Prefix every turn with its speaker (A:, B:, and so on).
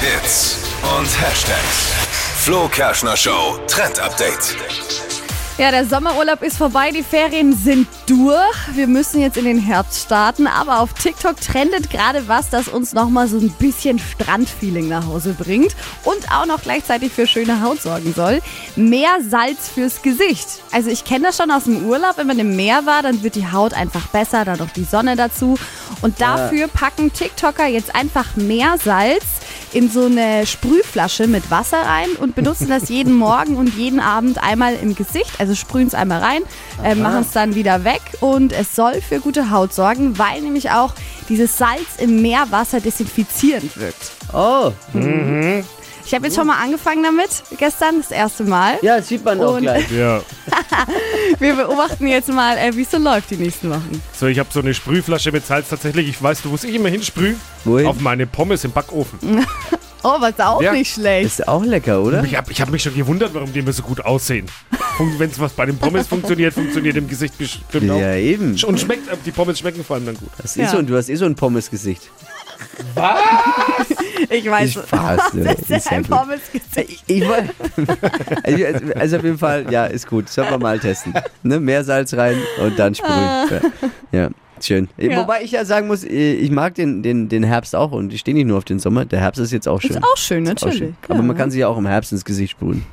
A: Hits und Hashtags. Flo Kerschner Show Trend Update.
B: Ja, der Sommerurlaub ist vorbei, die Ferien sind durch. Wir müssen jetzt in den Herbst starten, aber auf TikTok trendet gerade was, das uns nochmal so ein bisschen Strandfeeling nach Hause bringt und auch noch gleichzeitig für schöne Haut sorgen soll. Meersalz fürs Gesicht. Also ich kenne das schon aus dem Urlaub, wenn man im Meer war, dann wird die Haut einfach besser, dann noch die Sonne dazu. Und dafür packen TikToker jetzt einfach Meersalz in so eine Sprühflasche mit Wasser rein und benutzen das jeden Morgen und jeden Abend einmal im Gesicht. Also sprühen es einmal rein, äh, machen es dann wieder weg und es soll für gute Haut sorgen, weil nämlich auch dieses Salz im Meerwasser desinfizierend wirkt.
C: Oh,
B: Ich habe jetzt schon mal angefangen damit, gestern das erste Mal.
C: ja, das sieht man auch
B: Und-
C: gleich.
D: Ja.
B: Wir beobachten jetzt mal, äh, wie es so läuft die nächsten Wochen.
D: So, ich habe so eine Sprühflasche mit Salz tatsächlich. Ich weiß, du, wo ich immer hinsprühe?
C: Wohin? Mhm.
D: Auf meine Pommes im Backofen.
B: Oh, was auch
D: Ja.
B: nicht schlecht.
C: Ist auch lecker, oder?
D: Ich habe ich hab mich schon gewundert, warum die immer so gut aussehen. Wenn es was bei den Pommes funktioniert, funktioniert im Gesicht bestimmt
C: Ja, eben.
D: auch. Und schmeckt, äh, die Pommes schmecken vor allem dann gut.
C: Das
B: Ja.
C: ist so, ein- du hast eh so ein Pommes-Gesicht.
B: Ich weiß.
C: Ich war's, ne?
B: Das
C: Ist
B: ist
C: ja
B: ein
C: gut.
B: Pommesgesicht.
C: Ich, ich woll- also, also auf jeden Fall, ja, ist gut. Sollen wir mal testen. Ne? Mehr Salz rein und dann sprühen. Ja, ja, schön.
B: Ja.
C: Wobei ich ja sagen muss, äh, ich mag den, den, den Herbst auch und ich stehe nicht nur auf den Sommer. Der Herbst ist jetzt auch schön.
B: Ist auch schön,
C: Ist auch
B: natürlich.
C: schön. Aber man kann sich ja auch im Herbst ins Gesicht sprühen.